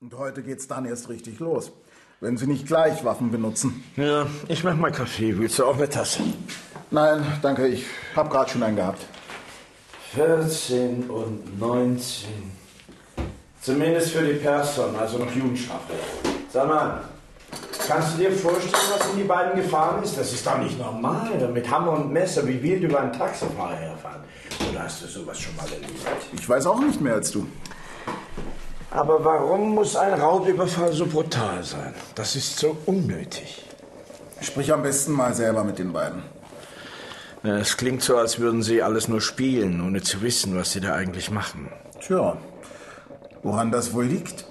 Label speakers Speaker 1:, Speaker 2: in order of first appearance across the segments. Speaker 1: Und heute geht's dann erst richtig los, wenn Sie nicht gleich Waffen benutzen.
Speaker 2: Ja, ich mach mal Kaffee. Willst du auch eine Tasse?
Speaker 1: Nein, danke, ich hab gerade schon einen gehabt.
Speaker 2: 14 und 19. Zumindest für die Person, also noch Jugendstrafe. Sag mal, kannst du dir vorstellen, was in die beiden gefahren ist? Das ist doch nicht normal, da mit Hammer und Messer wie wild über einen Taxifahrer herfahren. Oder hast du sowas schon mal erlebt?
Speaker 1: Ich weiß auch nicht mehr als du.
Speaker 2: Aber warum muss ein Raubüberfall so brutal sein? Das ist so unnötig.
Speaker 1: Sprich am besten mal selber mit den beiden.
Speaker 2: Ja, Es klingt so, als würden sie alles nur spielen, ohne zu wissen, was sie da eigentlich machen.
Speaker 1: Tja, woran das wohl liegt?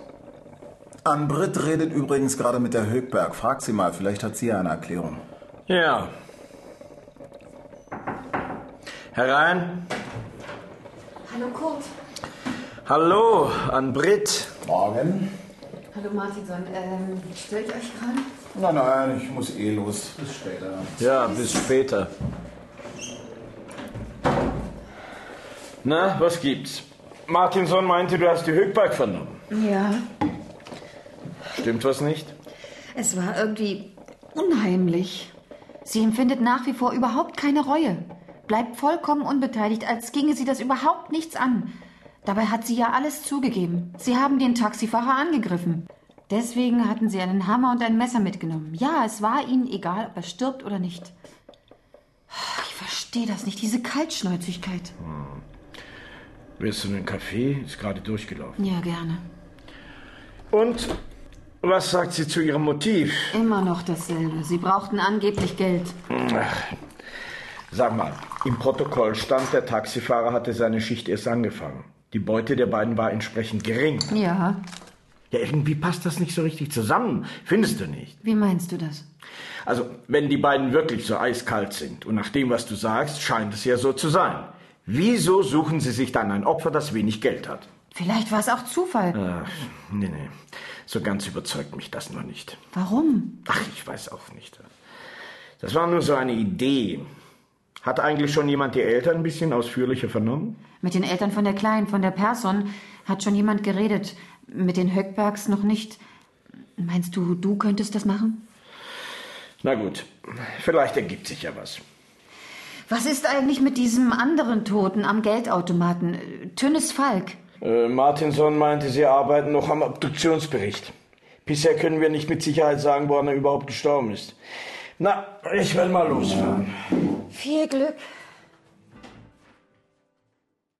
Speaker 1: Ann-Britt redet übrigens gerade mit der Högberg. Frag sie mal, vielleicht hat sie ja eine Erklärung.
Speaker 2: Ja. Herein.
Speaker 3: Hallo Kurt.
Speaker 2: Hallo an Britt.
Speaker 1: Morgen?
Speaker 3: Hallo Martinson. Ähm, störe ich euch gerade?
Speaker 1: Nein, nein, ich muss eh los. Bis später.
Speaker 2: Ja, bis später. Na, was gibt's? Martinson meinte, du hast die Högberg vernommen.
Speaker 4: Ja,
Speaker 2: Stimmt was nicht?
Speaker 4: es war irgendwie unheimlich. Sie empfindet nach wie vor überhaupt keine Reue, bleibt vollkommen unbeteiligt, als ginge sie das überhaupt nichts an. Dabei hat sie ja alles zugegeben. Sie haben den Taxifahrer angegriffen. Deswegen hatten sie einen Hammer und ein Messer mitgenommen. Ja, es war ihnen egal, ob er stirbt oder nicht. Ich verstehe das nicht, diese Kaltschnäuzigkeit.
Speaker 2: Willst du einen Kaffee? Ist gerade durchgelaufen.
Speaker 4: Ja, gerne.
Speaker 2: Und was sagt sie zu ihrem Motiv?
Speaker 4: Immer noch dasselbe. Sie brauchten angeblich Geld.
Speaker 2: Sag mal, im Protokoll stand, der Taxifahrer hatte seine Schicht erst angefangen. Die Beute der beiden war entsprechend gering.
Speaker 4: Ja.
Speaker 2: Ja, irgendwie passt das nicht so richtig zusammen, findest du nicht?
Speaker 4: Wie meinst du das?
Speaker 2: Also, wenn die beiden wirklich so eiskalt sind, und nach dem, was du sagst, scheint es ja so zu sein, wieso suchen sie sich dann ein Opfer, das wenig Geld hat?
Speaker 4: Vielleicht war es auch Zufall.
Speaker 2: Ach, nee, nee, so ganz überzeugt mich das noch nicht.
Speaker 4: Warum?
Speaker 2: Ach, ich weiß auch nicht. Das war nur so eine Idee. Hat eigentlich schon jemand die Eltern ein bisschen ausführlicher vernommen?
Speaker 4: Mit den Eltern von der Kleinen, von der Person, hat schon jemand geredet. Mit den Höckbergs noch nicht. Meinst du, du könntest das machen?
Speaker 2: Na gut, vielleicht ergibt sich ja was.
Speaker 4: Was ist eigentlich mit diesem anderen Toten am Geldautomaten? Äh, Tünnes Falk.
Speaker 2: Äh, Martinson meinte, sie arbeiten noch am Abduktionsbericht. Bisher können wir nicht mit Sicherheit sagen, woran er überhaupt gestorben ist. Na, ich will mal losfahren.
Speaker 3: Viel Glück.